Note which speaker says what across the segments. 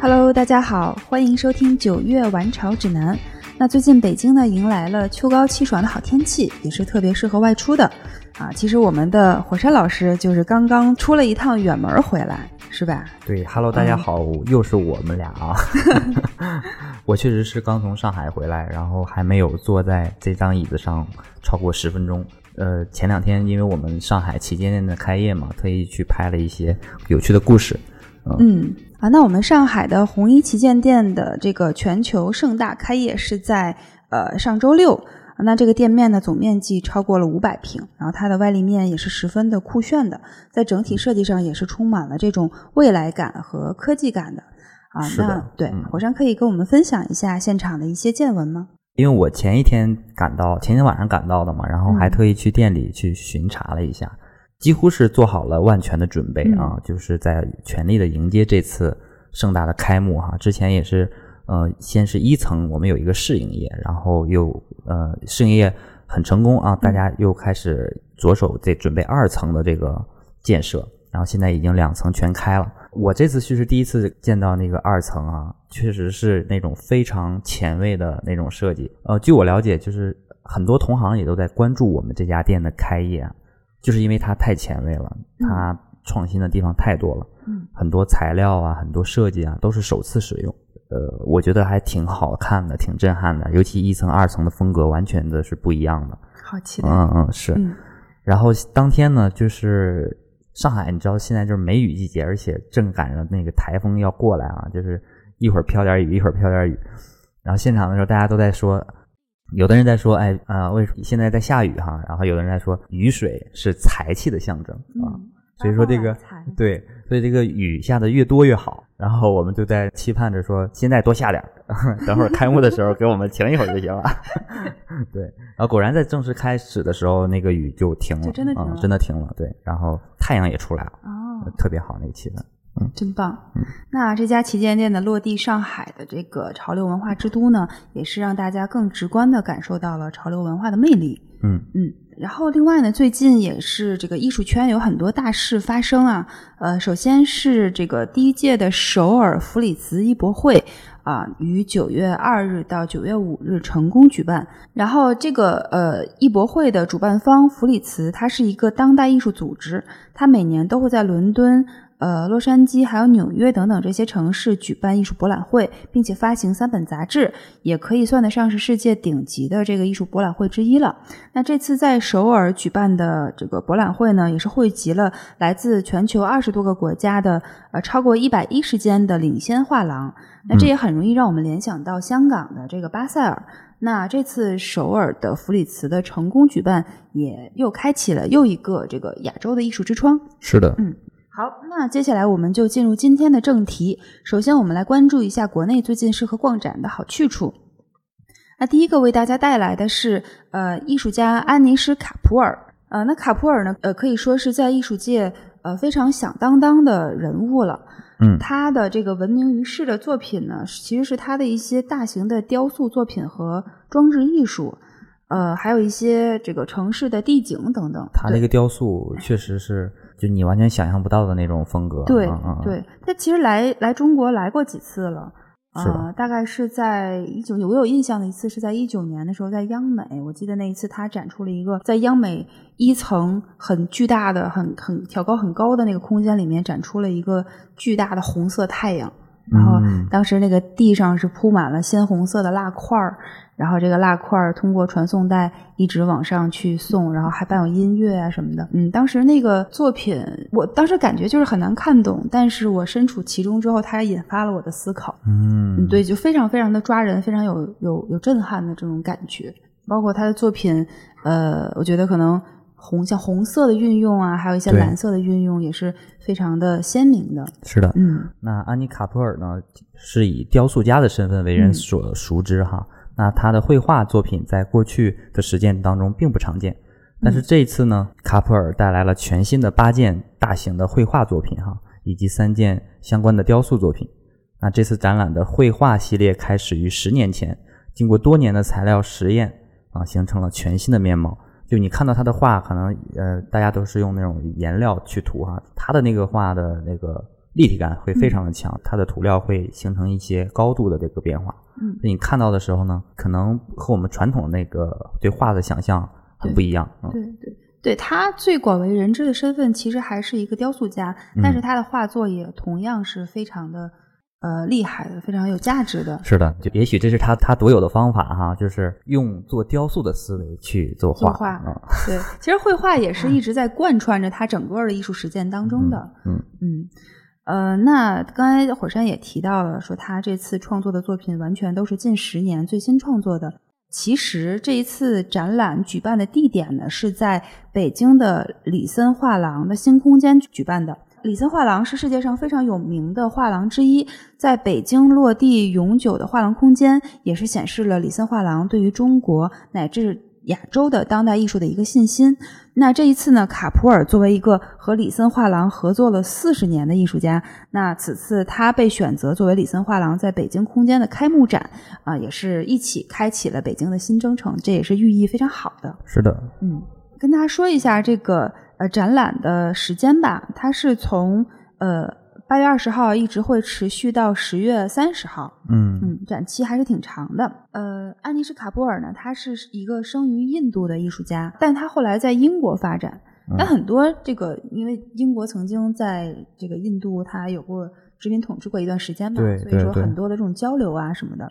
Speaker 1: Hello，大家好，欢迎收听九月玩潮指南。那最近北京呢迎来了秋高气爽的好天气，也是特别适合外出的啊。其实我们的火山老师就是刚刚出了一趟远门回来，是吧？
Speaker 2: 对，Hello，大家好，又是我们俩啊。我确实是刚从上海回来，然后还没有坐在这张椅子上超过十分钟。呃，前两天因为我们上海旗舰店的开业嘛，特意去拍了一些有趣的故事。
Speaker 1: 嗯啊，那我们上海的红衣旗舰店的这个全球盛大开业是在呃上周六。那这个店面呢，总面积超过了五百平，然后它的外立面也是十分的酷炫的，在整体设计上也是充满了这种未来感和科技感的啊。
Speaker 2: 是的
Speaker 1: 那对
Speaker 2: 嗯，
Speaker 1: 火山可以跟我们分享一下现场的一些见闻吗？
Speaker 2: 因为我前一天赶到，前天晚上赶到的嘛，然后还
Speaker 1: 嗯
Speaker 2: 特意去店里去巡查了一下，几乎是做好了万全的准备啊，就是在全力的迎接这次盛大的开幕哈、之前也是，呃，先是一层我们有一个试营业，然后又呃试营业很成功啊，大家又开始着手这准备二层的这个建设，然后现在已经两层全开了。我这次去是第一次见到那个二层啊，确实是那种非常前卫的那种设计。呃，据我了解，就是很多同行也都在关注我们这家店的开业啊，就是因为它太前卫了，
Speaker 1: 嗯
Speaker 2: 它创新的地方太多了，
Speaker 1: 嗯，
Speaker 2: 很多材料啊，很多设计啊，都是首次使用。呃，我觉得还挺好看的，挺震撼的，尤其一层、二层的风格完全的是不一样的。
Speaker 1: 好期待。
Speaker 2: 嗯嗯，是。
Speaker 1: 嗯
Speaker 2: 然后当天呢，就是上海，你知道现在就是梅雨季节，而且正赶上那个台风要过来啊，就是一会儿飘点雨，一会儿飘点雨。然后现场的时候，大家都在说，有的人在说，哎啊、为什么现在在下雨哈、然后有的人在说，雨水是财气的象征啊。
Speaker 1: 嗯，
Speaker 2: 所以说这个对，所以这个雨下的越多越好。然后我们就在期盼着说，现在多下点儿， 等会儿开幕的时候给我们停一会儿就行了。 对，然后果然在正式开始的时候，那个雨就停了，
Speaker 1: 就真的停
Speaker 2: 嗯
Speaker 1: 了
Speaker 2: 真的停了。对，然后太阳也出来了，
Speaker 1: 哦，
Speaker 2: 特别好那个气氛。
Speaker 1: 真棒！那这家旗舰店的落地上海的这个潮流文化之都呢，也是让大家更直观的感受到了潮流文化的魅力。
Speaker 2: 嗯
Speaker 1: 嗯，然后另外呢，最近也是这个艺术圈有很多大事发生啊。呃，首先是这个第一届的首尔弗里茨艺博会啊、于九月二日到九月五日成功举办。然后这个呃艺博会的主办方弗里茨，它是一个当代艺术组织，它每年都会在伦敦、呃洛杉矶还有纽约等等这些城市举办艺术博览会，并且发行三本杂志，也可以算得上是世界顶级的这个艺术博览会之一了。那这次在首尔举办的这个博览会呢，也是汇集了来自全球二十多个国家的呃超过一百一十间的领先画廊。那这也很容易让我们联想到香港的这个巴塞尔。那这次首尔的弗里茨的成功举办，也又开启了又一个这个亚洲的艺术之窗。
Speaker 2: 是的，
Speaker 1: 好，那接下来我们就进入今天的正题。首先，我们来关注一下国内最近适合逛展的好去处。那第一个为大家带来的是，呃，艺术家安妮施卡普尔。呃，那卡普尔呢，呃，可以说是在艺术界呃非常响当当的人物了。
Speaker 2: 嗯
Speaker 1: 他的这个闻名于世的作品呢，其实是他的一些大型的雕塑作品和装置艺术，呃，还有一些这个城市的地景等等。
Speaker 2: 它
Speaker 1: 对
Speaker 2: 那个雕塑确实是就你完全想象不到的那种风格。
Speaker 1: 对
Speaker 2: 嗯嗯、嗯，
Speaker 1: 对，他其实来来中国来过几次了，
Speaker 2: 是吧
Speaker 1: 呃，大概是在一九，我有印象的一次是在一九年的时候，在央美，我记得那一次他展出了一个在央美一层很巨大的、很很挑高很高的那个空间里面展出了一个巨大的红色太阳，然后
Speaker 2: 嗯
Speaker 1: 当时那个地上是铺满了鲜红色的蜡块儿，然后这个蜡块儿通过传送带一直往上去送，然后还伴有音乐啊什么的。嗯，当时那个作品，我当时感觉就是很难看懂，但是我身处其中之后，它引发了我的思考。嗯，
Speaker 2: 嗯，
Speaker 1: 对，就非常非常的抓人，非常有有有震撼的这种感觉。包括他的作品，呃，我觉得可能红像红色的运用啊，还有一些
Speaker 2: 对
Speaker 1: 蓝色的运用也是非常的鲜明的。
Speaker 2: 是的，
Speaker 1: 嗯
Speaker 2: 那安妮·卡普尔呢，是以雕塑家的身份为人
Speaker 1: 嗯
Speaker 2: 所熟知哈。那她的绘画作品在过去的实践当中并不常见，但是这一次呢，卡普尔带来了全新的八件大型的绘画作品哈，以及三件相关的雕塑作品。那这次展览的绘画系列开始于十年前，经过多年的材料实验啊，形成了全新的面貌。就你看到他的画，可能呃，大家都是用那种颜料去涂哈，他的那个画的那个立体感会非常的强，它的涂料会形成一些高度的这个变化。
Speaker 1: 嗯
Speaker 2: 所以你看到的时候呢，可能和我们传统那个对画的想象很不一样。嗯，
Speaker 1: 对对对，他最广为人知的身份其实还是一个雕塑家，但
Speaker 2: 嗯
Speaker 1: 是他的画作也同样是非常的呃厉害的，非常有价值的
Speaker 2: 是的，就也许这是他他独有的方法哈，就是用做雕塑的思维去做
Speaker 1: 作
Speaker 2: 画。
Speaker 1: 画。
Speaker 2: 嗯
Speaker 1: 对，其实绘画也是一直在贯穿着他整个的艺术实践当中的。
Speaker 2: 嗯，
Speaker 1: 嗯，呃，那刚才火山也提到了，说他这次创作的作品完全都是近十年最新创作的。其实这一次展览举办的地点呢，是在北京的里森画廊的新空间举办的。里森画廊是世界上非常有名的画廊之一，在北京落地永久的画廊空间，也是显示了里森画廊对于中国乃至亚洲的当代艺术的一个信心。那这一次呢，卡普尔作为一个和里森画廊合作了四十年的艺术家，那此次他被选择作为里森画廊在北京空间的开幕展，啊、也是一起开启了北京的新征程，这也是寓意非常好的。
Speaker 2: 是的，
Speaker 1: 嗯，跟大家说一下这个呃展览的时间吧，它是从呃八月二十号一直会持续到十月三十号。
Speaker 2: 嗯
Speaker 1: 嗯，展期还是挺长的。呃，安妮什卡波尔呢，他是一个生于印度的艺术家，但他后来在英国发展。
Speaker 2: 嗯
Speaker 1: 但很多这个，因为英国曾经在这个印度，它有过殖民统治过一段时间嘛
Speaker 2: 对，
Speaker 1: 所以
Speaker 2: 对
Speaker 1: 说
Speaker 2: 对
Speaker 1: 很多的这种交流啊什么的，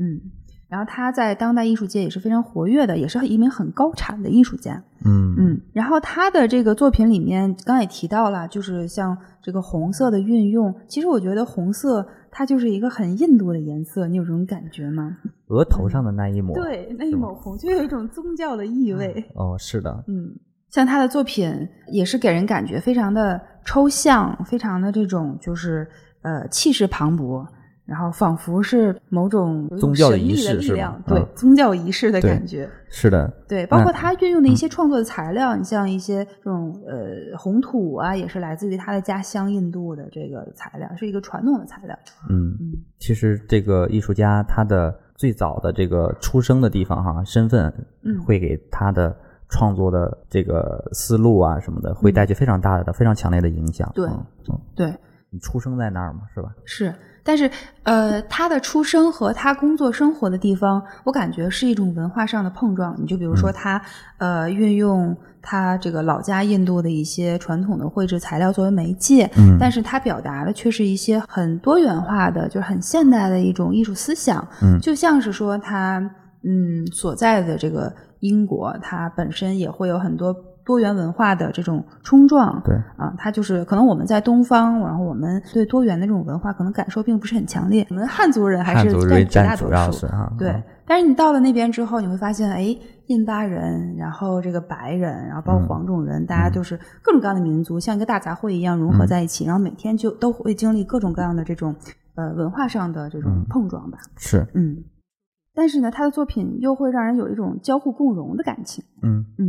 Speaker 1: 嗯。然后他在当代艺术界也是非常活跃的，也是一名很高产的艺术家。
Speaker 2: 嗯嗯
Speaker 1: 嗯，然后他的这个作品里面，刚才也提到了，就是像这个红色的运用，其实我觉得红色它就是一个很印度的颜色，你有这种感觉吗？
Speaker 2: 额头上的那一抹，，
Speaker 1: 对，那一抹红就有一种宗教的意味。
Speaker 2: 哦，是的，
Speaker 1: 嗯，像他的作品也是给人感觉非常的抽象，非常的这种就是呃气势磅礴，然后仿佛是某种有一种
Speaker 2: 宗教的
Speaker 1: 神
Speaker 2: 仪
Speaker 1: 秘
Speaker 2: 式
Speaker 1: 力
Speaker 2: 是吧
Speaker 1: 量
Speaker 2: 嗯
Speaker 1: 对，宗教仪式的
Speaker 2: 对
Speaker 1: 感觉。
Speaker 2: 是的，
Speaker 1: 对，包括
Speaker 2: 那嗯
Speaker 1: 他运用的一些创作的材料，你像一些这种呃红土啊，也是来自于他的家乡印度的这个材料，是一个传统的材料。
Speaker 2: 嗯。
Speaker 1: 嗯，
Speaker 2: 其实这个艺术家他的最早的这个出生的地方哈、身份
Speaker 1: 嗯
Speaker 2: 会给他的创作的这个思路啊什么的，会带去非常大的、非常强烈的影响。
Speaker 1: 对
Speaker 2: 嗯，嗯
Speaker 1: 对，
Speaker 2: 你出生在那儿嘛，是吧？
Speaker 1: 是。但是呃，他的出生和他工作生活的地方，我感觉是一种文化上的碰撞。你就比如
Speaker 2: 嗯
Speaker 1: 说他、呃运用他这个老家印度的一些传统的绘制材料作为媒介，
Speaker 2: 嗯
Speaker 1: 但是他表达的却是一些很多元化的，就是很现代的一种艺术思想。
Speaker 2: 嗯
Speaker 1: 就像是说他嗯所在的这个英国，它本身也会有很多多元文化的这种冲撞。
Speaker 2: 对
Speaker 1: 啊，它就是可能我们在东方，然后我们对多元的这种文化可能感受并不是很强烈。我们汉族人还
Speaker 2: 汉
Speaker 1: 是
Speaker 2: 族
Speaker 1: 占
Speaker 2: 人
Speaker 1: 绝大
Speaker 2: 占
Speaker 1: 多
Speaker 2: 主要
Speaker 1: 数。
Speaker 2: 是哈，
Speaker 1: 对
Speaker 2: 嗯，
Speaker 1: 但是你到了那边之后，你会发现，哎，印巴人，然后这个白人，然后包括
Speaker 2: 嗯嗯
Speaker 1: 黄种人，大家就是各种各样的民族，像一个大杂烩一样融合在一起，然后每天就都会经历各种各样的这种呃文化上的这种
Speaker 2: 嗯
Speaker 1: 碰撞吧。
Speaker 2: 是，
Speaker 1: 嗯，但是呢，他的作品又会让人有一种交互共融的感情。
Speaker 2: 嗯
Speaker 1: 嗯，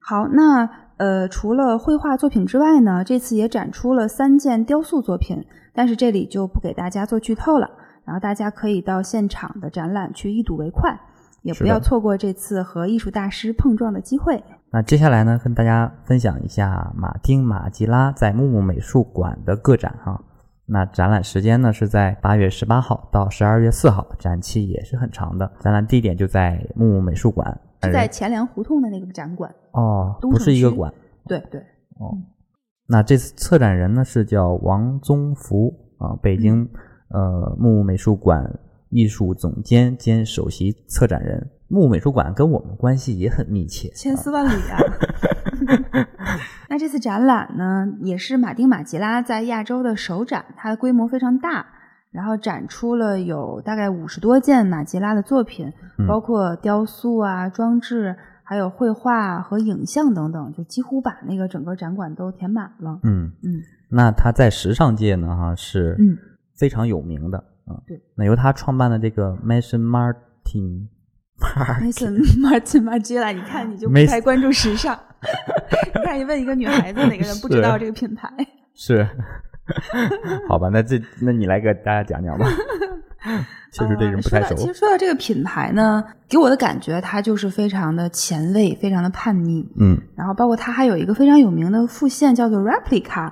Speaker 1: 好，那呃，除了绘画作品之外呢，这次也展出了三件雕塑作品，但是这里就不给大家做剧透了，然后大家可以到现场的展览去一睹为快，也
Speaker 2: 是
Speaker 1: 不
Speaker 2: 的
Speaker 1: 要错过这次和艺术大师碰撞的机会。
Speaker 2: 那接下来呢，跟大家分享一下马丁·马吉拉在木木美术馆的个展哈。那展览时间呢是在八月十八号到十二月四号，展期也是很长的。展览地点就在木木美术馆，
Speaker 1: 是在前粮胡同的那个展馆，
Speaker 2: 哦，
Speaker 1: 东
Speaker 2: 不
Speaker 1: 城
Speaker 2: 是一个
Speaker 1: 区
Speaker 2: 馆。
Speaker 1: 对对，
Speaker 2: 那这次策展人呢是叫王宗福啊，北京
Speaker 1: 嗯
Speaker 2: 呃木木美术馆艺术总监兼首席策展人。木木美术馆跟我们关系也很密切，
Speaker 1: 千丝万缕 啊。那这次展览呢，也是马丁·马吉拉在亚洲的首展，它的规模非常大，然后展出了有大概五十多件马吉拉的作品，
Speaker 2: 嗯
Speaker 1: 包括雕塑啊、装置，还有绘画和影像等等，就几乎把那个整个展馆都填满了。
Speaker 2: 嗯
Speaker 1: 嗯，
Speaker 2: 那他在时尚界呢哈是
Speaker 1: 嗯
Speaker 2: 非常有名的啊。
Speaker 1: 对，
Speaker 2: 那由他创办的这个 Mason Martin。
Speaker 1: Mason Martin Margiela，你看你就不
Speaker 2: Mason-
Speaker 1: 太关注时尚， 你看你问一个女孩子，哪个人不知
Speaker 2: 是
Speaker 1: 道这个品牌？
Speaker 2: 是， 好吧，那这那你来给大家 讲讲吧。确实对人
Speaker 1: 呃
Speaker 2: 不太
Speaker 1: 说
Speaker 2: 熟
Speaker 1: 到。其实说到这个品牌呢，给我的感觉它就是非常的前卫，非常的叛逆。
Speaker 2: 嗯
Speaker 1: 然后包括它还有一个非常有名的副线叫做 Replica，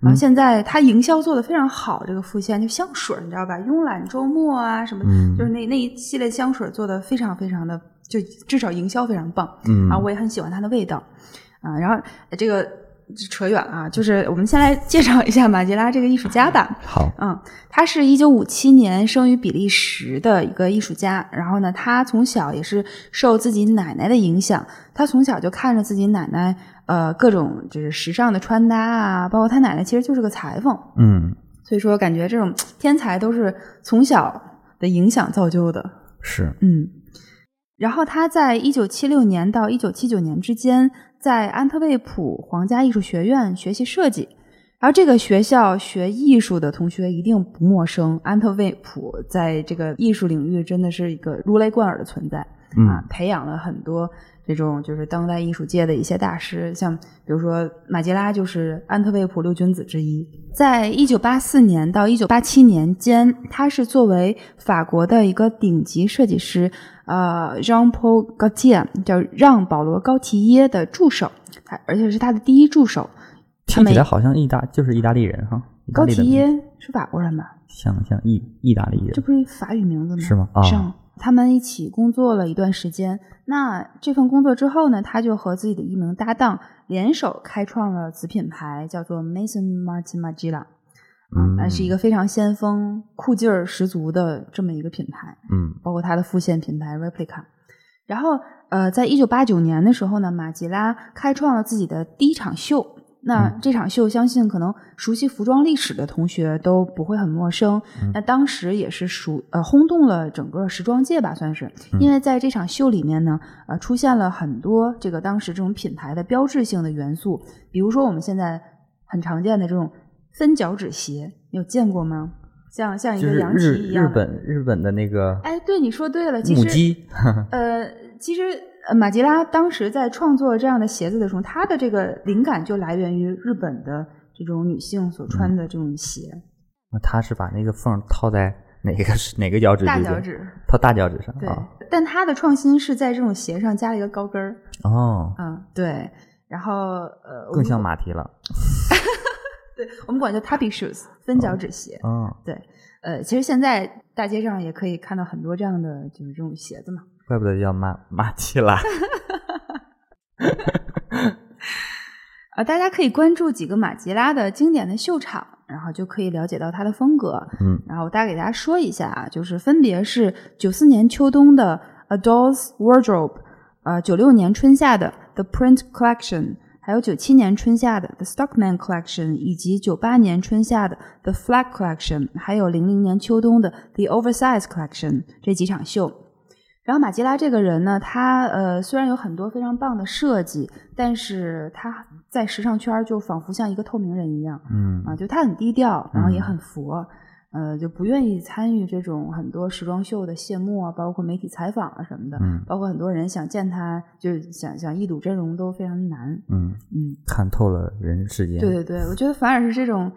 Speaker 1: 然
Speaker 2: 嗯
Speaker 1: 后现在它营销做的非常好，这个富县就香水儿，你知道吧？慵懒周末啊什么，
Speaker 2: 嗯
Speaker 1: 就是那那一系列香水儿做的非常非常的，就至少营销非常棒。
Speaker 2: 嗯
Speaker 1: 啊，我也很喜欢它的味道啊。然后呃这个扯远了啊，就是我们先来介绍一下马吉拉这个艺术家吧。
Speaker 2: 好，
Speaker 1: 嗯，他是一九五七年生于比利时的一个艺术家。然后呢，他从小也是受自己奶奶的影响，他从小就看着自己奶奶呃各种就是时尚的穿搭啊，包括他奶奶其实就是个裁缝，
Speaker 2: 嗯，
Speaker 1: 所以说感觉这种天才都是从小的影响造就的。
Speaker 2: 是，
Speaker 1: 嗯，然后他在一九七六年到一九七九年之间，在安特卫普皇家艺术学院学习设计。然后这个学校学艺术的同学一定不陌生，安特卫普在这个艺术领域真的是一个如雷贯耳的存在啊
Speaker 2: 嗯，，
Speaker 1: 培养了很多这种就是当代艺术界的一些大师，像比如说马吉拉就是安特卫普六君子之一。在一九八四年到一九八七年间，他是作为法国的一个顶级设计师，呃，Jean Paul Gaultier 叫让保罗高提耶的助手，他而且是他的第一助手。
Speaker 2: 听起
Speaker 1: 美
Speaker 2: 来好像意大就是意大利人哈，意大
Speaker 1: 高
Speaker 2: 利的
Speaker 1: 提
Speaker 2: 名字
Speaker 1: 耶是法国人吧？
Speaker 2: 像像意意大利
Speaker 1: 这
Speaker 2: 人
Speaker 1: 不是法语名字吗？
Speaker 2: 是吗？啊，
Speaker 1: 上，他们一起工作了一段时间。那这份工作之后呢，他就和自己的一名搭档联手开创了子品牌，叫做 Mason Martin Margiela，
Speaker 2: 嗯，
Speaker 1: 那是一
Speaker 2: 个，
Speaker 1: 个非常先锋、酷劲儿十足的这么一个品牌，
Speaker 2: 嗯
Speaker 1: 包括它的副线品牌 Replica。然后，呃，在一九八九年的时候呢，马吉拉开创了自己的第一场秀。那
Speaker 2: 嗯
Speaker 1: 这场秀，相信可能熟悉服装历史的同学都不会很陌生。
Speaker 2: 嗯
Speaker 1: 那当时也是熟呃轰动了整个时装界吧，算是，
Speaker 2: 嗯
Speaker 1: 因为在这场秀里面呢，呃，出现了很多这个当时这种品牌的标志性的元素，比如说我们现在很常见的这种分脚趾鞋，你有见过吗？像像一
Speaker 2: 就
Speaker 1: 个
Speaker 2: 是
Speaker 1: 羊旗
Speaker 2: 日
Speaker 1: 一
Speaker 2: 日
Speaker 1: 样的。
Speaker 2: 本日本的那个
Speaker 1: 哎，对，你说对了，其实
Speaker 2: 母鸡，
Speaker 1: 呃，其实呃马吉拉当时在创作这样的鞋子的时候，她的这个灵感就来源于日本的这种女性所
Speaker 2: 嗯
Speaker 1: 穿的这种鞋，
Speaker 2: 那它是把那个缝儿套在哪个 是哪个脚趾？
Speaker 1: 大脚，趾。
Speaker 2: 套大脚趾上
Speaker 1: 对，
Speaker 2: 啊。
Speaker 1: 但她的创新是在这种鞋上加了一个高跟儿，
Speaker 2: 哦，
Speaker 1: 嗯，对。然后呃，我
Speaker 2: 更
Speaker 1: 们
Speaker 2: 像马蹄了。
Speaker 1: 对我们管叫 tappy shoes 分脚趾鞋。
Speaker 2: 嗯，
Speaker 1: 呃，其实现在大街上也可以看到很多这样的就是这种鞋子嘛。
Speaker 2: 怪不得叫马马 蹄啦。
Speaker 1: 呃，大家可以关注几个马吉拉的经典的秀场，然后就可以了解到她的风格。
Speaker 2: 嗯
Speaker 1: 然后我大概给大家说一下啊，就是分别是九四年秋冬的 A Doll's Wardrobe，呃，九六年春夏的 The Print Collection，还有九七年春夏的 The Stockman Collection，以及九八年春夏的 The Flag Collection，还有零零年秋冬的 The Oversize Collection 这几场秀。然后马吉拉这个人呢，他呃虽然有很多非常棒的设计，但是他在时尚圈儿就仿佛像一个透明人一样，
Speaker 2: 嗯
Speaker 1: 啊，就他很低调，然后也
Speaker 2: 嗯
Speaker 1: 很佛，呃，就不愿意参与这种很多时装秀的谢幕啊，包括媒体采访啊什么的，
Speaker 2: 嗯
Speaker 1: 包括很多人想见他，就是想想一睹真容都非常难。
Speaker 2: 嗯，
Speaker 1: 嗯，
Speaker 2: 看透了人世间。
Speaker 1: 对对对，我觉得反而是这种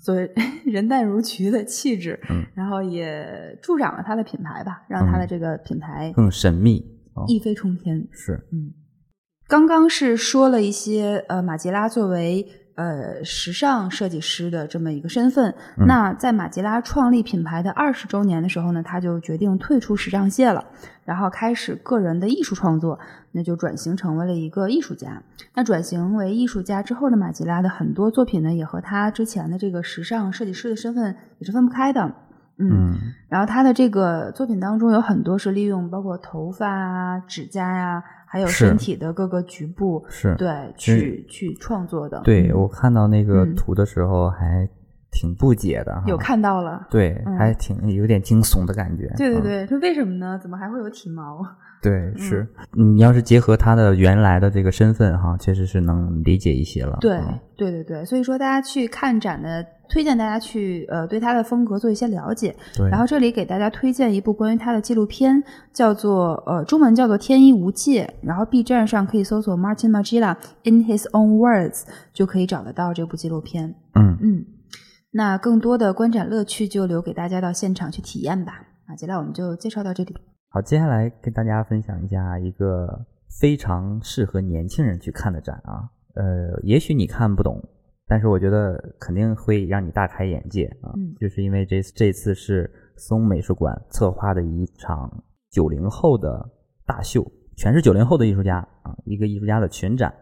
Speaker 1: 所谓 人淡如菊的气质，
Speaker 2: 嗯
Speaker 1: 然后也助长了他的品牌吧，让他的
Speaker 2: 嗯
Speaker 1: 这个品牌
Speaker 2: 更神秘。哦
Speaker 1: 一飞冲天。
Speaker 2: 是，
Speaker 1: 刚刚是说了一些呃，马吉拉作为呃时尚设计师的这么一个身份。
Speaker 2: 嗯
Speaker 1: 那在马吉拉创立品牌的二十周年的时候呢，他就决定退出时尚界了，然后开始个人的艺术创作，那就转型成为了一个艺术家。那转型为艺术家之后的马吉拉的很多作品呢，也和他之前的这个时尚设计师的身份也是分不开的。嗯
Speaker 2: 嗯
Speaker 1: 然后他的这个作品当中有很多是利用包括头发啊、指甲呀、还有
Speaker 2: 是
Speaker 1: 身体的各个局部，
Speaker 2: 是。
Speaker 1: 对
Speaker 2: 其实
Speaker 1: 去去创作的。
Speaker 2: 对
Speaker 1: 嗯
Speaker 2: 我看到那个
Speaker 1: 嗯
Speaker 2: 图的时候还挺不解的哈。
Speaker 1: 有看到了。
Speaker 2: 对，
Speaker 1: 嗯
Speaker 2: 还挺有点惊悚的感觉。
Speaker 1: 对对嗯
Speaker 2: 嗯
Speaker 1: 对，这为什么呢？怎么还会有体毛？
Speaker 2: 对，是嗯你要是结合他的原来的这个身份哈，确实是能理解一些了。
Speaker 1: 对
Speaker 2: 嗯
Speaker 1: 对对对，所以说大家去看展的，推荐大家去呃对他的风格做一些了解。
Speaker 2: 对，
Speaker 1: 然后这里给大家推荐一部关于他的纪录片，叫做呃中文叫做《天衣无界》，然后 B 站上可以搜索 Martin Margiela in his own words 就可以找得到这部纪录片。
Speaker 2: 嗯，
Speaker 1: 嗯，那更多的观展乐趣就留给大家到现场去体验吧。啊，接下来我们就介绍到这里。
Speaker 2: 好，接下来跟大家分享一下一个非常适合年轻人去看的展啊。呃，也许你看不懂，但是我觉得肯定会让你大开眼界啊，
Speaker 1: 嗯
Speaker 2: 就是因为这这次是松美术馆策划的一场九零后的大秀，全是九零后的艺术家啊，一个艺术家的群展，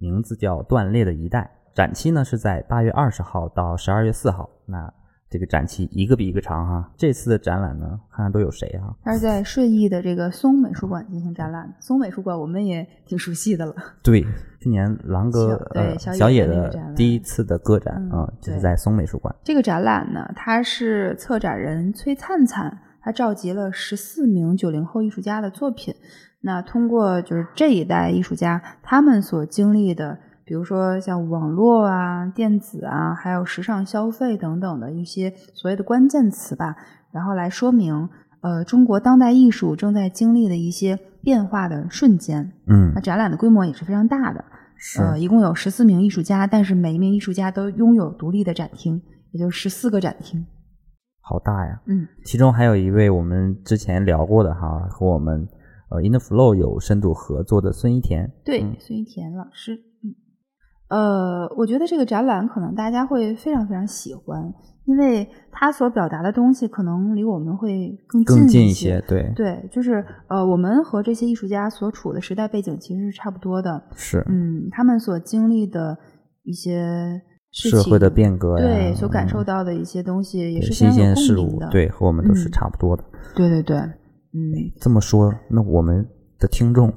Speaker 2: 名字叫《断裂的一代》，展期呢是在八月二十号到十二月四号，那这个展期一个比一个长哈、这次的展览呢，看看都有谁啊哈、
Speaker 1: 它是在顺义的这个松美术馆进行展览。松美术馆我们也挺熟悉的了，
Speaker 2: 对，去年狼哥
Speaker 1: 小对
Speaker 2: 呃
Speaker 1: 小
Speaker 2: 小
Speaker 1: 野
Speaker 2: 野
Speaker 1: 的那个
Speaker 2: 的
Speaker 1: 展览
Speaker 2: 第一次的个展
Speaker 1: 嗯
Speaker 2: 啊，就是
Speaker 1: 对
Speaker 2: 在松美术馆。
Speaker 1: 这个展览呢，它是策展人崔灿灿，他召集了十四名九零后艺术家的作品。那通过就是这一代艺术家他们所经历的，比如说像网络啊、电子啊，还有时尚消费等等的一些所谓的关键词吧，然后来说明呃中国当代艺术正在经历的一些变化的瞬间。
Speaker 2: 嗯
Speaker 1: 那，展览的规模也是非常大的，
Speaker 2: 是
Speaker 1: 呃，一共有十四名艺术家，但是每一名艺术家都拥有独立的展厅，也就是十四个展厅。
Speaker 2: 好大呀。
Speaker 1: 嗯，
Speaker 2: 其中还有一位我们之前聊过的哈，和我们呃 In the Flow 有深度合作的孙一田。
Speaker 1: 对，
Speaker 2: 嗯
Speaker 1: 孙一田老师。嗯，呃，我觉得这个展览可能大家会非常非常喜欢，因为他所表达的东西可能离我们会更
Speaker 2: 更近
Speaker 1: 一
Speaker 2: 一些，。对，
Speaker 1: 对，就是呃，我们和这些艺术家所处的时代背景其实是差不多的。
Speaker 2: 是
Speaker 1: 嗯，他们所经历的一些事情
Speaker 2: 社会的变革呀，
Speaker 1: 对，所感受
Speaker 2: 嗯
Speaker 1: 到的一些东西也
Speaker 2: 对
Speaker 1: 是非
Speaker 2: 新
Speaker 1: 常有
Speaker 2: 鲜
Speaker 1: 共
Speaker 2: 事
Speaker 1: 鸣
Speaker 2: 物
Speaker 1: 的，
Speaker 2: 对，和我们都是
Speaker 1: 嗯
Speaker 2: 差不多的。
Speaker 1: 对对对，嗯，
Speaker 2: 这么说，那我们的听众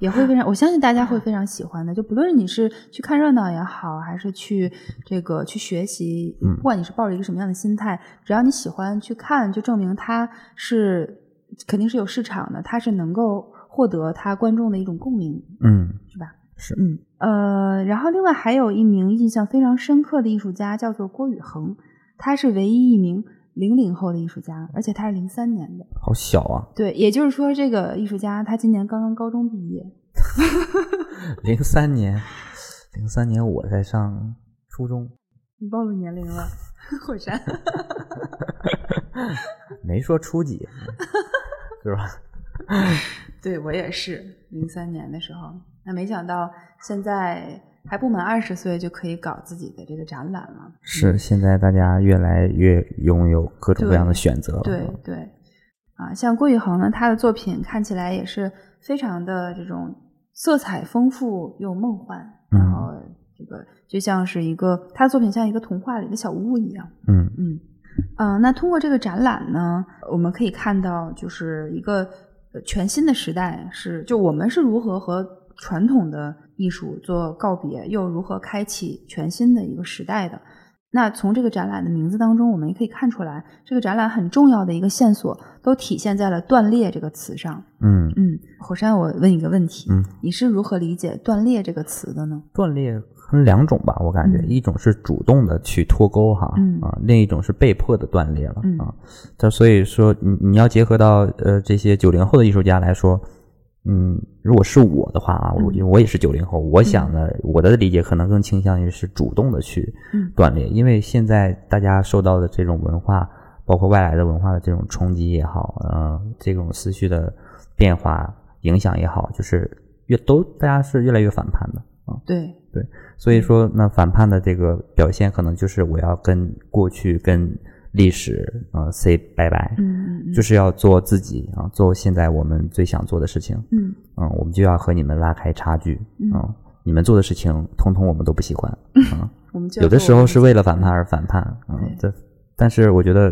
Speaker 1: 也会非常，我相信大家会非常喜欢的。就不论你是去看热闹也好，还是去这个去学习，
Speaker 2: 嗯
Speaker 1: 不管你是抱着一个什么样的心态，只要你喜欢去看，就证明它是肯定是有市场的，它是能够获得它观众的一种共鸣。
Speaker 2: 嗯，
Speaker 1: 是吧？
Speaker 2: 是，
Speaker 1: 嗯，呃，然后另外还有一名印象非常深刻的艺术家，叫做郭宇恒，他是唯一一名零零后的艺术家，而且他是零三年的。
Speaker 2: 好小啊，
Speaker 1: 对，也就是说，这个艺术家他今年刚刚高中毕业。
Speaker 2: 零三年，零三年我才上初中，
Speaker 1: 你暴露年龄了， 火山。
Speaker 2: 没说初几，是吧？
Speaker 1: 对我也是零三年的时候，那没想到现在还不满二十岁就可以搞自己的这个展览了。
Speaker 2: 是，现在大家越来越拥有各种各样的选择了。
Speaker 1: 对对，啊，像郭宇恒呢，他的作品看起来也是非常的这种色彩丰富又梦幻，然
Speaker 2: 嗯
Speaker 1: 后这个就像是一个他的作品像一个童话里的小屋一样。
Speaker 2: 嗯，
Speaker 1: 嗯，呃，那通过这个展览呢，我们可以看到，就是一个呃全新的时代是，就我们是如何和传统的艺术做告别，又如何开启全新的一个时代的。那从这个展览的名字当中，我们也可以看出来，这个展览很重要的一个线索都体现在了“断裂”这个词上。
Speaker 2: 嗯，
Speaker 1: 嗯，火山，我问一个问题，
Speaker 2: 嗯
Speaker 1: 你是如何理解“断裂”这个词的呢？
Speaker 2: 断裂分两种吧，我感觉、
Speaker 1: 嗯
Speaker 2: 一种是主动的去脱钩哈，
Speaker 1: 嗯
Speaker 2: 啊，另一种是被迫的断裂了、
Speaker 1: 嗯
Speaker 2: 啊。这所以说，你你要结合到呃这些九零后的艺术家来说。嗯，如果是我的话啊，我
Speaker 1: 嗯
Speaker 2: 因为我也是九零后，我想的、我的理解可能更倾向于是主动的去
Speaker 1: 嗯
Speaker 2: 断裂，因为现在大家受到的这种文化，包括外来的文化的这种冲击也好，呃，这种思绪的变化影响也好，就是越都大家是越来越反叛的。
Speaker 1: 对，
Speaker 2: 所以说，那反叛的这个表现，可能就是我要跟过去、跟历史，呃，say 拜拜，
Speaker 1: 嗯嗯，
Speaker 2: 就是是要做自己啊，做现在我们最想做的事情。
Speaker 1: 嗯
Speaker 2: 嗯，我们就要和你们拉开差距。
Speaker 1: 嗯
Speaker 2: 嗯，你们做的事情，通通我们都不喜欢。嗯，
Speaker 1: 我们就
Speaker 2: 有的
Speaker 1: 做
Speaker 2: 时
Speaker 1: 我
Speaker 2: 候
Speaker 1: 们
Speaker 2: 是为了反叛而反叛，嗯，这但是我觉得，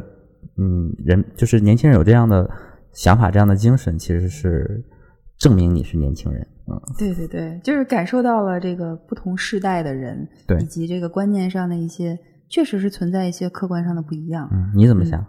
Speaker 2: 嗯，人就是年轻人有这样的想法、这样的精神，其实是证明你是年轻人，嗯，
Speaker 1: 对对对，就是感受到了这个不同世代的人，
Speaker 2: 对
Speaker 1: 以及这个观念上的一些，确实是存在一些客观上的不一样。
Speaker 2: 嗯，你怎么想？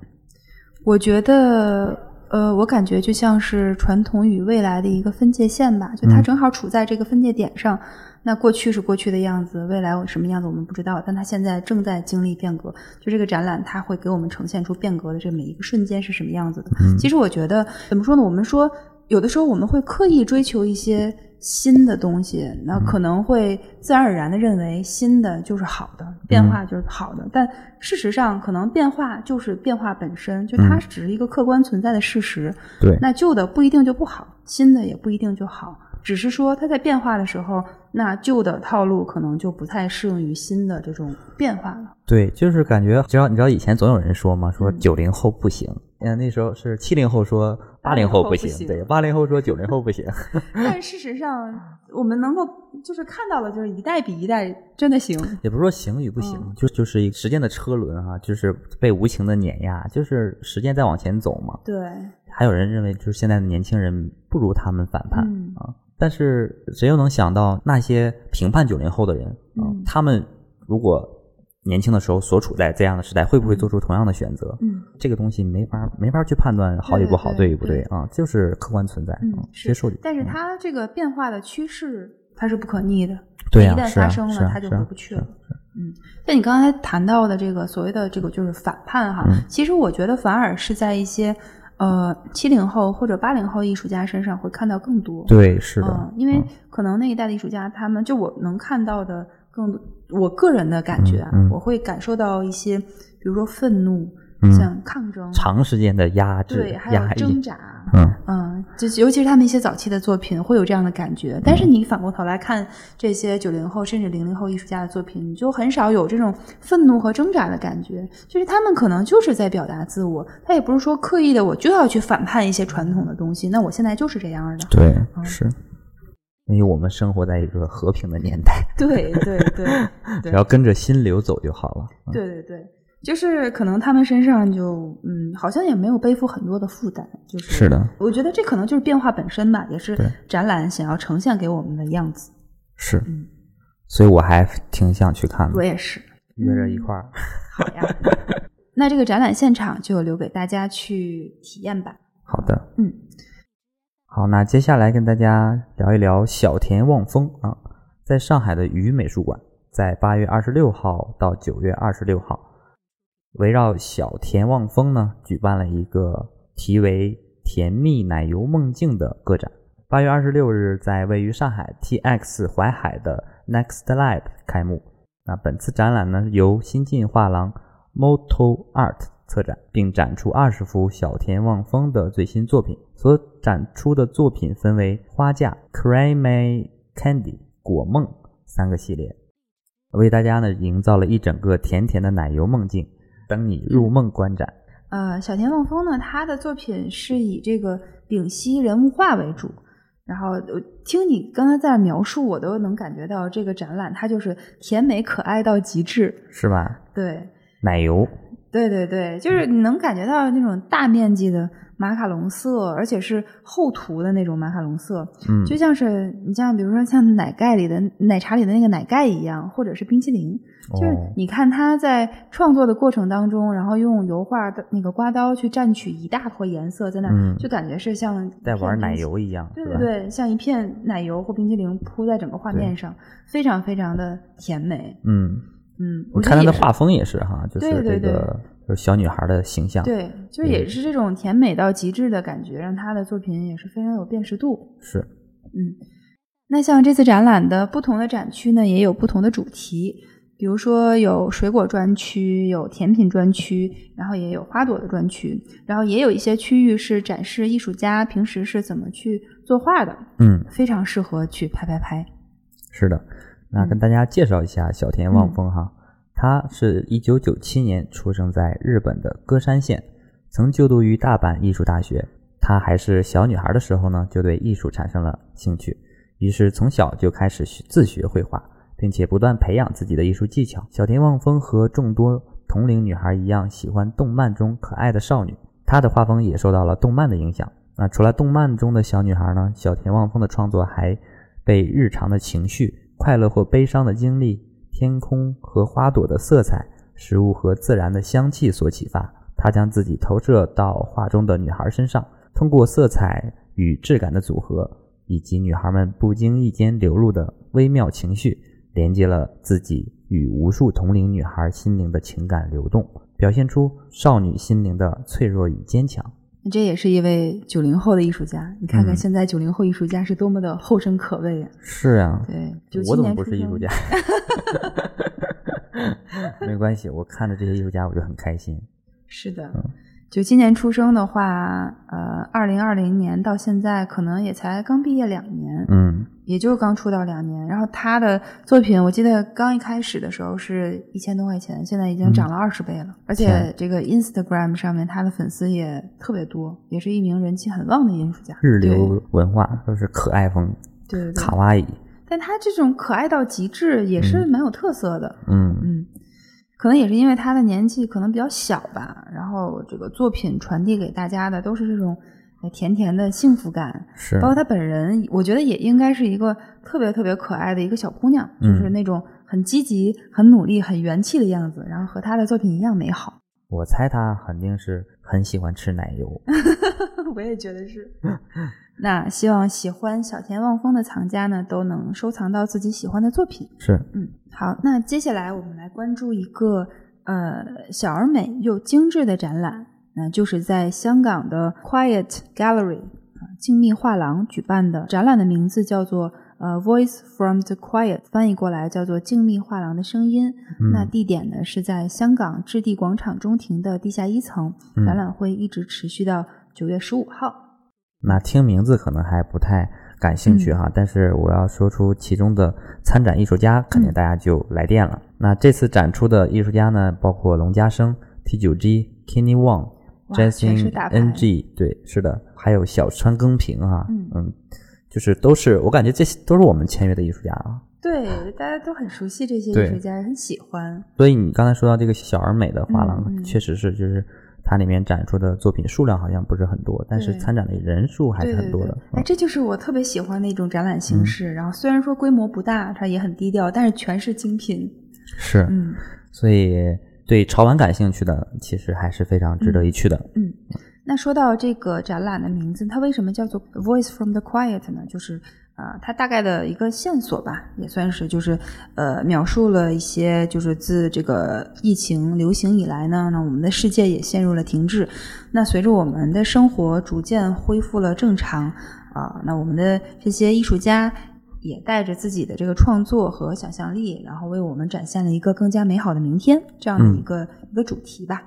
Speaker 1: 我觉得，呃，我感觉就像是传统与未来的一个分界线吧，就它
Speaker 2: 嗯
Speaker 1: 正好处在这个分界点上。那过去是过去的样子，未来我什么样子我们不知道，但它现在正在经历变革。就这个展览，它会给我们呈现出变革的这每一个瞬间是什么样子的。
Speaker 2: 嗯
Speaker 1: 其实我觉得，怎么说呢？我们说，有的时候我们会刻意追求一些新的东西，那
Speaker 2: 嗯
Speaker 1: 可能会自然而然的认为新的就是好的，变
Speaker 2: 嗯
Speaker 1: 化就是好的。但事实上，可能变化就是变化本身，就它
Speaker 2: 嗯
Speaker 1: 只是一个客观存在的事实。
Speaker 2: 对
Speaker 1: 那旧的不一定就不好，新的也不一定就好。只是说它在变化的时候，那旧的套路可能就不太适用于新的这种变化了。
Speaker 2: 对，就是感觉，知道你知道以前总有人说嘛，说
Speaker 1: 嗯
Speaker 2: 九零后不行，嗯，那时候是七零后说八零
Speaker 1: 80
Speaker 2: 后
Speaker 1: 后
Speaker 2: 不
Speaker 1: 不
Speaker 2: 行，
Speaker 1: 行
Speaker 2: 对，八零后说九零后不 行，
Speaker 1: 但事实上，我们能够就是看到了，就是一代比一代真的行。
Speaker 2: 也不是说行与不行，
Speaker 1: 嗯
Speaker 2: 就就是一个时间的车轮哈、就是被无情的碾压，就是时间在往前走嘛。
Speaker 1: 对，
Speaker 2: 还有人认为，就是现在的年轻人不如他们反叛，
Speaker 1: 嗯
Speaker 2: 但是谁又能想到那些评判九零后的人、啊
Speaker 1: 嗯
Speaker 2: 他们如果年轻的时候所处在这样的时代，会不会做出同样的选择？
Speaker 1: 嗯
Speaker 2: 这个东西没法没法去判断好与不好，
Speaker 1: 对对
Speaker 2: 与不对啊，就是客观存在，
Speaker 1: 嗯
Speaker 2: 啊
Speaker 1: 是
Speaker 2: 接受就。
Speaker 1: 但是
Speaker 2: 嗯
Speaker 1: 它这个变化的趋势，它是不可逆的。
Speaker 2: 对呀
Speaker 1: 一，旦
Speaker 2: 是
Speaker 1: 发
Speaker 2: 啊，
Speaker 1: 生
Speaker 2: 是
Speaker 1: 了，
Speaker 2: 啊，
Speaker 1: 它就是
Speaker 2: 啊
Speaker 1: 回不去
Speaker 2: 是啊
Speaker 1: 了。嗯，像你刚才谈到的这个所谓的这个就是反叛哈，
Speaker 2: 嗯
Speaker 1: 其实我觉得反而是在一些呃七零后或者八零后艺术家身上会看到更多。
Speaker 2: 对，是的
Speaker 1: 嗯，，因为
Speaker 2: 嗯
Speaker 1: 可能那一代的艺术家，他们就我能看到的更多，我个人的感觉啊，
Speaker 2: 嗯嗯
Speaker 1: 我会感受到一些，比如说愤怒，
Speaker 2: 嗯
Speaker 1: 像抗争，
Speaker 2: 长时间的压制
Speaker 1: 对，还、有
Speaker 2: 压抑
Speaker 1: 挣，扎，
Speaker 2: 嗯，
Speaker 1: 嗯，就是尤其是他们一些早期的作品会有这样的感觉，但是你反过头来看这些九零后甚至零零后艺术家的作品，你就很少有这种愤怒和挣扎的感觉，就是他们可能就是在表达自我，他也不是说刻意的我就要去反叛一些传统的东西，那我现在就是这样的，
Speaker 2: 对，
Speaker 1: 嗯
Speaker 2: 是。因为我们生活在一个和平的年代，
Speaker 1: 对对对 对
Speaker 2: 只要跟着心流走就好了。嗯
Speaker 1: 对对对。就是可能他们身上就嗯，好像也没有背负很多的负担，就是
Speaker 2: 是的，
Speaker 1: 我觉得这可能就是变化本身吧，也是
Speaker 2: 对
Speaker 1: 展览想要呈现给我们的样子。
Speaker 2: 是
Speaker 1: 嗯，
Speaker 2: 所以我还挺想去看
Speaker 1: 我
Speaker 2: 的，
Speaker 1: 也是，
Speaker 2: 约着一块儿。
Speaker 1: 好呀。 那这个展览现场就留给大家去体验吧。
Speaker 2: 好的，
Speaker 1: 嗯，
Speaker 2: 好，那接下来跟大家聊一聊小田望风啊，在上海的鱼美术馆，在八月二十六号到九月二十六号，围绕小田望风呢，举办了一个题为“甜蜜奶油梦境”的个展。八月二十六日，在位于上海 TX 淮海的 Next Lab 开幕。那本次展览呢，由新晋画廊 Moto Art 策展，并展出二十幅小田望风的最新作品。所展出的作品分为花架、Creme Candy、果梦三个系列，为大家呢营造了一整个甜甜的奶油梦境，等你入梦观展。
Speaker 1: 呃，小田望风呢，他的作品是以这个丙烯人物画为主。然后呃听你刚才在那描述，我都能感觉到这个展览它就是甜美可爱到极致。
Speaker 2: 是吧？
Speaker 1: 对，
Speaker 2: 奶油，
Speaker 1: 对对对，就是你能感觉到那种大面积的马卡龙色，而且是厚涂的那种马卡龙色，
Speaker 2: 嗯，
Speaker 1: 就像是你像比如说像奶盖里的奶茶里的那个奶盖一样，或者是冰淇淋。就是
Speaker 2: 哦
Speaker 1: 你看他在创作的过程当中，然后用油画的那个刮刀去蘸取一大坨颜色，在那儿、
Speaker 2: 嗯
Speaker 1: 就感觉是像一
Speaker 2: 在玩
Speaker 1: 片
Speaker 2: 奶
Speaker 1: 冰淇。
Speaker 2: 油一样，
Speaker 1: 对
Speaker 2: 是
Speaker 1: 对
Speaker 2: 吧？
Speaker 1: 对，像一片奶油或冰淇淋铺在整个画
Speaker 2: 对
Speaker 1: 面上，非常非常的甜美。
Speaker 2: 嗯，
Speaker 1: 嗯，
Speaker 2: 我
Speaker 1: 我觉
Speaker 2: 看
Speaker 1: 得
Speaker 2: 他的
Speaker 1: 也是
Speaker 2: 画风也是哈，就
Speaker 1: 对
Speaker 2: 是这
Speaker 1: 对
Speaker 2: 个就是小女孩的形象，
Speaker 1: 对，
Speaker 2: 嗯
Speaker 1: 就是也是这种甜美到极致的感觉，让他的作品也是非常有辨识度。
Speaker 2: 是
Speaker 1: 嗯，那像这次展览的不同的展区呢，也有不同的主题，比如说有水果专区，有甜品专区，然后也有花朵的专区，然后也有一些区域是展示艺术家平时是怎么去作画的，
Speaker 2: 嗯，
Speaker 1: 非常适合去拍拍拍。
Speaker 2: 是的，那跟大家介绍一下小田望风哈，他是一九九七年出生在日本的歌山县，曾就读于大阪艺术大学。他还是小女孩的时候呢，就对艺术产生了兴趣，于是从小就开始学自学绘画，并且不断培养自己的艺术技巧。小田望风和众多同龄女孩一样，喜欢动漫中可爱的少女，她的画风也受到了动漫的影响。那啊除了动漫中的小女孩呢，小田望风的创作还被日常的情绪、快乐或悲伤的经历、天空和花朵的色彩、食物和自然的香气所启发。他将自己投射到画中的女孩身上，通过色彩与质感的组合，以及女孩们不经意间流露的微妙情绪，连接了自己与无数同龄女孩心灵的情感流动，表现出少女心灵的脆弱与坚强。
Speaker 1: 这也是一位九零后的艺术家，你看看
Speaker 2: 嗯
Speaker 1: 现在九零后艺术家是多么的后生可畏呀、
Speaker 2: 是啊，
Speaker 1: 对，九七
Speaker 2: 我怎么
Speaker 1: 年
Speaker 2: 不
Speaker 1: 出
Speaker 2: 是艺术
Speaker 1: 生
Speaker 2: 家？ 没关系，我看着这些艺术家我就很开心。
Speaker 1: 是的，
Speaker 2: 嗯
Speaker 1: 九七年出生的话，呃，二零二零年到现在可能也才刚毕业两年，
Speaker 2: 嗯，
Speaker 1: 也就刚出道两年。然后他的作品，我记得刚一开始的时候是一千多块钱，现在已经涨了二十倍了。而且
Speaker 2: 嗯天
Speaker 1: 这个 Instagram 上面他的粉丝也特别多，也是一名人气很旺的艺术家。
Speaker 2: 日流文化都是可爱风，
Speaker 1: 对对对
Speaker 2: 卡哇伊，
Speaker 1: 但他这种可爱到极致也是蛮有特色的。
Speaker 2: 嗯，
Speaker 1: 嗯，可能也是因为他的年纪可能比较小吧，然后这个作品传递给大家的都是这种哎甜甜的幸福感，
Speaker 2: 是
Speaker 1: 包括她本人，我觉得也应该是一个特别特别可爱的一个小姑娘，就是
Speaker 2: 嗯
Speaker 1: 那种很积极、很努力、很元气的样子，然后和她的作品一样美好。
Speaker 2: 我猜他肯定是很喜欢吃奶 油。
Speaker 1: 我也觉得 是。那希望喜欢小田望风的藏家呢，都能收藏到自己喜欢的作品。
Speaker 2: 是，
Speaker 1: 嗯，好，那接下来我们来关注一个呃小而美又精致的展览，那就是在香港的 Quiet Gallery 啊静谧画廊举办的展览的名字叫做呃 Voice from the Quiet，翻译过来叫做静谧画廊的声音。那
Speaker 2: 嗯，
Speaker 1: 地点呢是在香港置地广场中庭的地下一层，
Speaker 2: 嗯
Speaker 1: 展览会一直持续到九月十五号。
Speaker 2: 那听名字可能还不太感兴趣
Speaker 1: 嗯
Speaker 2: 哈，但是我要说出其中的参展艺术家，肯
Speaker 1: 嗯
Speaker 2: 定大家就来电了。那这次展出的艺术家呢，包括龙家生、T 九 G、Kenny Wang、
Speaker 1: 哇全是
Speaker 2: Jason
Speaker 1: 大牌
Speaker 2: NG，对，是的，还有小川耕平啊，
Speaker 1: 嗯
Speaker 2: 就是都是我感觉这些都是我们签约的艺术家啊。
Speaker 1: 对，大家都很熟悉这些
Speaker 2: 对
Speaker 1: 艺术家，也很喜欢。
Speaker 2: 所以你刚才说到这个小而美的画廊，
Speaker 1: 嗯嗯
Speaker 2: 确实是就是它里面展出的作品数量好像不是很多，但是
Speaker 1: 对
Speaker 2: 参展的人数还
Speaker 1: 对
Speaker 2: 是嗯
Speaker 1: 对对，
Speaker 2: 很多的。
Speaker 1: 哎，这就是我特别喜欢的一种展览形式。然后虽然说规模不大，它也很低调，但是全是精品。
Speaker 2: 是，
Speaker 1: 嗯
Speaker 2: 所以对潮玩感兴趣的，其实还是非常值得一去的。
Speaker 1: 嗯。那说到这个展览的名字，它为什么叫做 Voice from the Quiet 呢？就是啊、呃它大概的一个线索吧，也算是就是呃，描述了一些就是自这个疫情流行以来呢，那我们的世界也陷入了停滞。那随着我们的生活逐渐恢复了正常，啊、那我们的这些艺术家也带着自己的这个创作和想象力，然后为我们展现了一个更加美好的明天这样的一个、一个主题吧。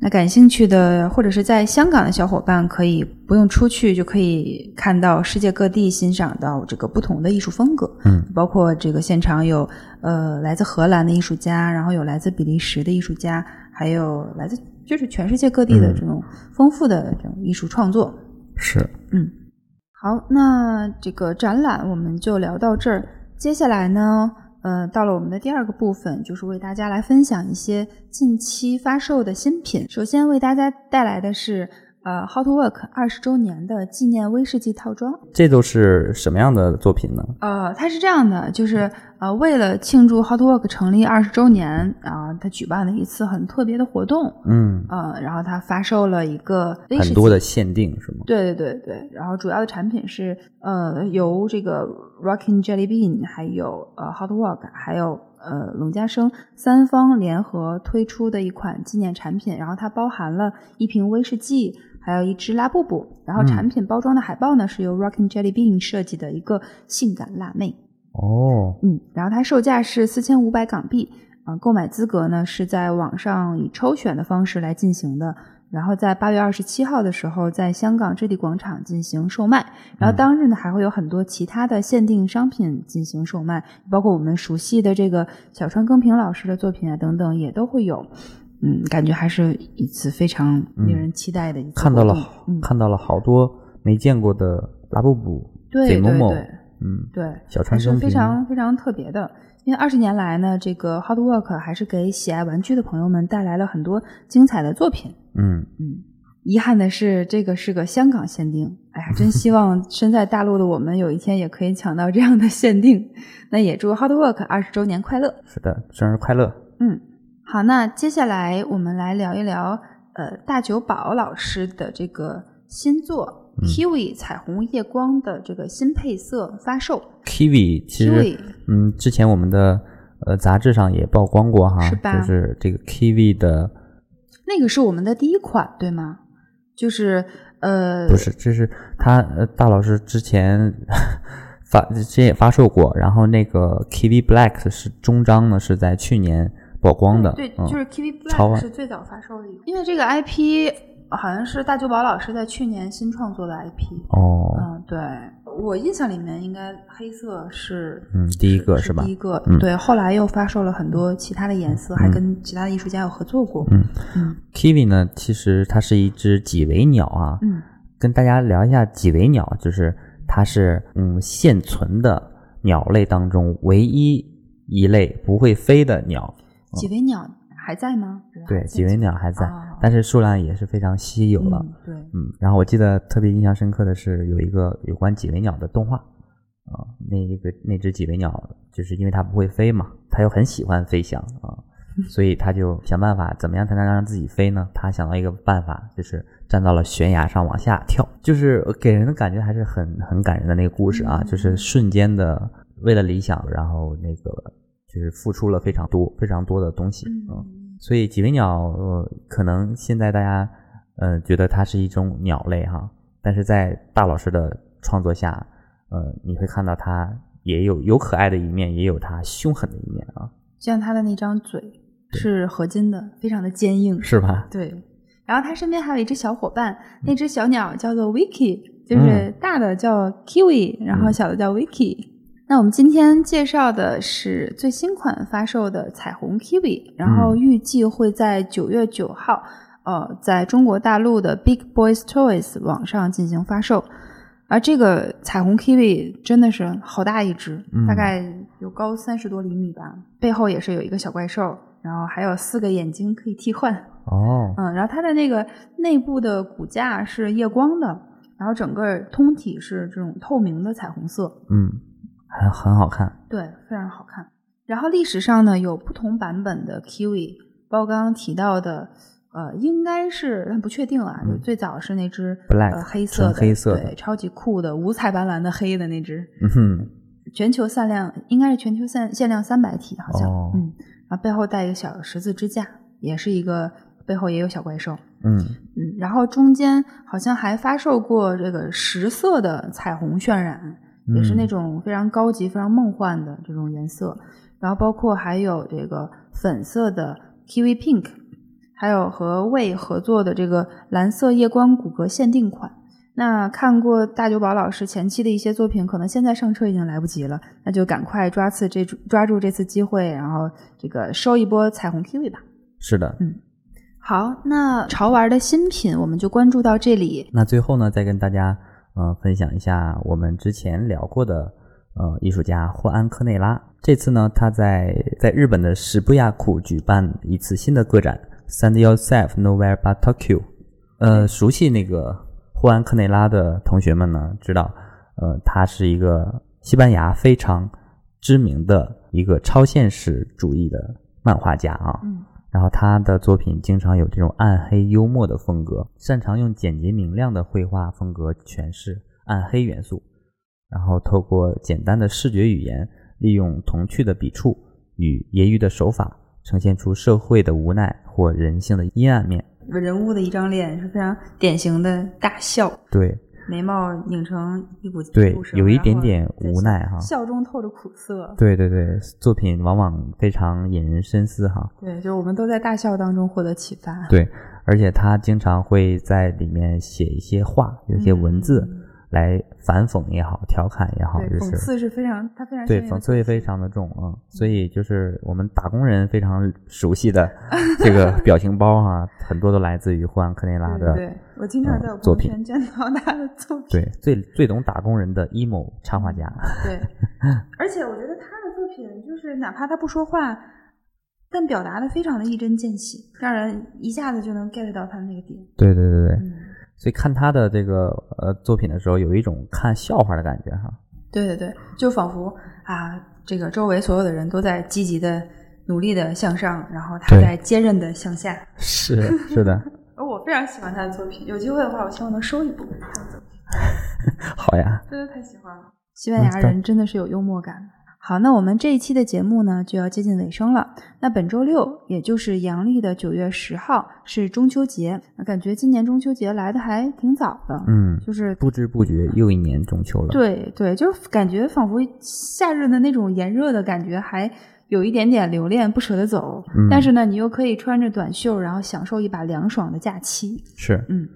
Speaker 1: 那感兴趣的或者是在香港的小伙伴，可以不用出去就可以看到世界各地欣赏到这个不同的艺术风格。
Speaker 2: 嗯，
Speaker 1: 包括这个现场有呃来自荷兰的艺术家，然后有来自比利时的艺术家，还有来自就是全世界各地的
Speaker 2: 嗯
Speaker 1: 这种丰富的这种艺术创作。
Speaker 2: 是，
Speaker 1: 嗯，好，那这个展览我们就聊到这儿。接下来呢，呃，到了我们的第二个部分，就是为大家来分享一些近期发售的新品。首先为大家带来的是呃，How to Work 二十周年的纪念威士忌套装。
Speaker 2: 这都是什么样的作品呢？
Speaker 1: 呃，它是这样的，就是呃，为了庆祝 Hot Work 成立二十周年啊、它举办了一次很特别的活动，
Speaker 2: 嗯，
Speaker 1: 呃，然后它发售了一个威士
Speaker 2: 很
Speaker 1: 忌
Speaker 2: 多的限定是吗？
Speaker 1: 对对对对，然后主要的产品是呃，由这个 Rockin' Jelly Bean，还有呃 Hot Walk，还有呃龙家生三方联合推出的一款纪念产品，然后它包含了一瓶威士忌，还有一支拉布布，然后
Speaker 2: 嗯
Speaker 1: 产品包装的海报呢是由 Rockin' Jelly Bean 设计的一个性感辣妹，
Speaker 2: 哦，
Speaker 1: 嗯，然后它售价是四千五百港币，啊、购买资格呢是在网上以抽选的方式来进行的，然后在八月二十七号的时候在香港置地广场进行售卖，然后
Speaker 2: 嗯
Speaker 1: 当日呢还会有很多其他的限定商品进行售卖，包括我们熟悉的这个小川耕平老师的作品啊等等也都会有。嗯，感觉还是一次非常令人期待的一次活动、
Speaker 2: 嗯看到了，
Speaker 1: 嗯，
Speaker 2: 看到了好多没见过的拉布布、
Speaker 1: 对
Speaker 2: 贼某
Speaker 1: 对
Speaker 2: 某，
Speaker 1: 对，
Speaker 2: 嗯，
Speaker 1: 对，
Speaker 2: 小
Speaker 1: 还
Speaker 2: 川
Speaker 1: 是
Speaker 2: 生
Speaker 1: 非
Speaker 2: 平
Speaker 1: 常非常特别的。因为二十年来呢，这个 Hot Work 还是给喜爱玩具的朋友们带来了很多精彩的作品。
Speaker 2: 嗯，
Speaker 1: 嗯，遗憾的是，这个是个香港限定。哎呀，真希望身在大陆的我们有一天也可以抢到这样的限定。那也祝 Hot Work 二十周年快乐。
Speaker 2: 是的，生日快乐。
Speaker 1: 嗯，好，那接下来我们来聊一聊呃大久保老师的这个新作《
Speaker 2: 嗯
Speaker 1: Kiwi 彩虹夜光》的这个新配色发售。
Speaker 2: Kiwi 其实
Speaker 1: Kiwi
Speaker 2: 嗯，之前我们的呃杂志上也曝光过哈，
Speaker 1: 是吧
Speaker 2: 就是这个 kiwi 的
Speaker 1: 那个是我们的第一款，对吗？就是呃，
Speaker 2: 不是，这是他呃大老师之前 发之前也发售过，然后那个 kiwi black 是终章呢是在去年曝光的，
Speaker 1: 对，
Speaker 2: 嗯、
Speaker 1: 就是 Kiwi
Speaker 2: 潮
Speaker 1: Black
Speaker 2: 玩
Speaker 1: 是最早发售的一个，因为这个 IP 好像是大久保老师在去年新创作的 IP。
Speaker 2: 哦，
Speaker 1: 嗯，对，我印象里面应该黑色是
Speaker 2: 嗯第一个是吧
Speaker 1: 第一个
Speaker 2: 嗯
Speaker 1: 对，后来又发售了很多其他的颜色，还跟其他的艺术家有合作过。
Speaker 2: 嗯
Speaker 1: 嗯
Speaker 2: Kiwi 呢，其实它是一只几维鸟啊，
Speaker 1: 嗯
Speaker 2: 跟大家聊一下几维鸟，就是它是嗯现存的鸟类当中唯一一类不会飞的鸟。
Speaker 1: 几维鸟还在吗？
Speaker 2: 对，几维鸟还在，
Speaker 1: 哦
Speaker 2: 但是数量也是非常稀有
Speaker 1: 有
Speaker 2: 了。
Speaker 1: 对，
Speaker 2: 嗯，然后我记得特别印象深刻的是有一个有关几维鸟的动画啊、那一个那只几维鸟就是因为它不会飞嘛，它又很喜欢飞翔啊、所以它就想办法怎么样才能让自己飞呢？它想到一个办法，就是站到了悬崖上往下跳，就是给人的感觉还是很很感人的那个故事啊，就是瞬间的为了理想，然后那个就是付出了非常多非常多的东西，嗯
Speaker 1: 嗯
Speaker 2: 所以几维鸟，呃，可能现在大家，呃，觉得它是一种鸟类哈，但是在大老师的创作下，呃，你会看到它也有有可爱的一面，也有它凶狠的一面啊，
Speaker 1: 就像他的那张嘴是合金的，非常的坚硬。
Speaker 2: 是吧？
Speaker 1: 对，然后他身边还有一只小伙伴，那只小鸟叫做 Vicky，就
Speaker 2: 嗯
Speaker 1: 是大的叫 Kiwi，、然后
Speaker 2: 嗯
Speaker 1: 小的叫 Vicky。那我们今天介绍的是最新款发售的彩虹 Kiwi，然后
Speaker 2: 嗯
Speaker 1: 预计会在九月九号，呃，在中国大陆的 Big Boys Toys 网上进行发售。而这个彩虹 kiwi 真的是好大一只，
Speaker 2: 嗯
Speaker 1: 大概有高三十多厘米吧，背后也是有一个小怪兽，然后还有四个眼睛可以替换。
Speaker 2: 哦，
Speaker 1: 嗯，然后它的那个内部的骨架是夜光的，然后整个通体是这种透明的彩虹色，
Speaker 2: 嗯，还很好看，
Speaker 1: 对，非常好看。然后历史上呢有不同版本的 kiwi，包括刚刚提到的，呃，应该是但不确定啊，就
Speaker 2: 嗯
Speaker 1: 最早是那只
Speaker 2: Black，
Speaker 1: 呃黑色
Speaker 2: 纯
Speaker 1: 的，
Speaker 2: 黑色的
Speaker 1: 对，超级酷的五彩斑斓的黑的那只，
Speaker 2: 嗯哼，
Speaker 1: 全球限量应该是全球限限量三百体，好像，
Speaker 2: 哦
Speaker 1: 嗯，然后背后带一个小十字支架，也是一个背后也有小怪兽。
Speaker 2: 嗯，
Speaker 1: 嗯，然后中间好像还发售过这个十色的彩虹渲染，也是那
Speaker 2: 嗯
Speaker 1: 种非常高级、非常梦幻的这种颜色。然后包括还有这个粉色的 kiwi pink，还有和魏合作的这个蓝色夜光骨骼限定款。那看过大久保老师前期的一些作品，可能现在上车已经来不及了，那就赶快抓次这抓住这次机会，然后这个收一波彩虹 kiwi 吧。
Speaker 2: 是的。
Speaker 1: 好，那潮玩的新品我们就关注到这里。
Speaker 2: 那最后呢，再跟大家，呃，分享一下我们之前聊过的，呃，艺术家霍安科内拉。这次呢，他在在日本的史布亚库举办一次新的个展，Send Yourself Nowhere But Tokyo。呃，熟悉那个霍安科内拉的同学们呢，知道，呃，他是一个西班牙非常知名的一个超现实主义的漫画家啊。
Speaker 1: 嗯
Speaker 2: 然后他的作品经常有这种暗黑幽默的风格，擅长用简洁明亮的绘画风格诠释暗黑元素，然后透过简单的视觉语言，利用童趣的笔触与揶揄的手法，呈现出社会的无奈或人性的阴暗面。
Speaker 1: 人物的一张脸是非常典型的大笑，
Speaker 2: 对
Speaker 1: 眉毛拧成一股
Speaker 2: 对
Speaker 1: 一股绳
Speaker 2: 有一
Speaker 1: 然后
Speaker 2: 点点
Speaker 1: 在
Speaker 2: 无奈啊哈
Speaker 1: 笑中透着苦涩。
Speaker 2: 对对对，作品往往非常引人深思哈。
Speaker 1: 对，就是我们都在大笑当中获得启发。
Speaker 2: 对，而且他经常会在里面写一些话，有一些文字。
Speaker 1: 嗯
Speaker 2: 来反讽也好，调侃也好，
Speaker 1: 对，
Speaker 2: 就
Speaker 1: 讽
Speaker 2: 是
Speaker 1: 刺是非常，他非常
Speaker 2: 对，
Speaker 1: 善于
Speaker 2: 讽刺也非常的重啊、
Speaker 1: 嗯
Speaker 2: 所以就是我们打工人非常熟 悉的这个表情包啊，很多都来自于霍安克内拉
Speaker 1: 对
Speaker 2: 的
Speaker 1: 对对，我经常
Speaker 2: 嗯
Speaker 1: 在我朋
Speaker 2: 作
Speaker 1: 友
Speaker 2: 品
Speaker 1: 圈见到他的作品。
Speaker 2: 对最最懂打工人的 emo 插画家，
Speaker 1: 对，而且我觉得他的作品就是哪怕他不说话，但表达的非常的一针见血，让人一下子就能 get 到他的那个点。
Speaker 2: 对对对对，
Speaker 1: 嗯。
Speaker 2: 所以看他的这个呃作品的时候，有一种看笑话的感觉哈，
Speaker 1: 对对对，就仿佛啊，这个周围所有的人都在积极的、努力的向上，然后他
Speaker 2: 对
Speaker 1: 在坚韧的向下。
Speaker 2: 是 是的，
Speaker 1: 而我非常喜欢他的作品，有机会的话，我希望能收一部他的作品，
Speaker 2: 好呀，
Speaker 1: 真的太喜欢了。西班
Speaker 2: 嗯
Speaker 1: 牙人真的是有幽默感的。好，那我们这一期的节目呢就要接近尾声了。那本周六，也就是阳历的九月十号是中秋节，感觉今年中秋节来的还挺早的，
Speaker 2: 嗯，
Speaker 1: 就是
Speaker 2: 不知不觉又一年中秋了，
Speaker 1: 对对，就是感觉仿佛夏日的那种炎热的感觉，还有一点点留恋，不舍得走。
Speaker 2: 嗯
Speaker 1: 但是呢，你又可以穿着短袖，然后享受一把凉爽的假期。
Speaker 2: 是，
Speaker 1: 嗯，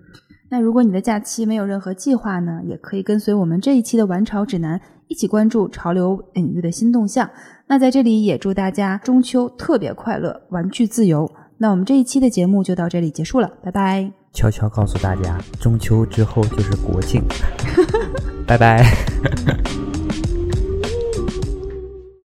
Speaker 1: 那如果你的假期没有任何计划呢，也可以跟随我们这一期的“玩潮指南”一起关注潮流领域的新动向。那在这里也祝大家中秋特别快乐，玩具自由。那我们这一期的节目就到这里结束了，拜拜。
Speaker 2: 悄 悄告诉大家，中秋之后就是国庆，拜拜。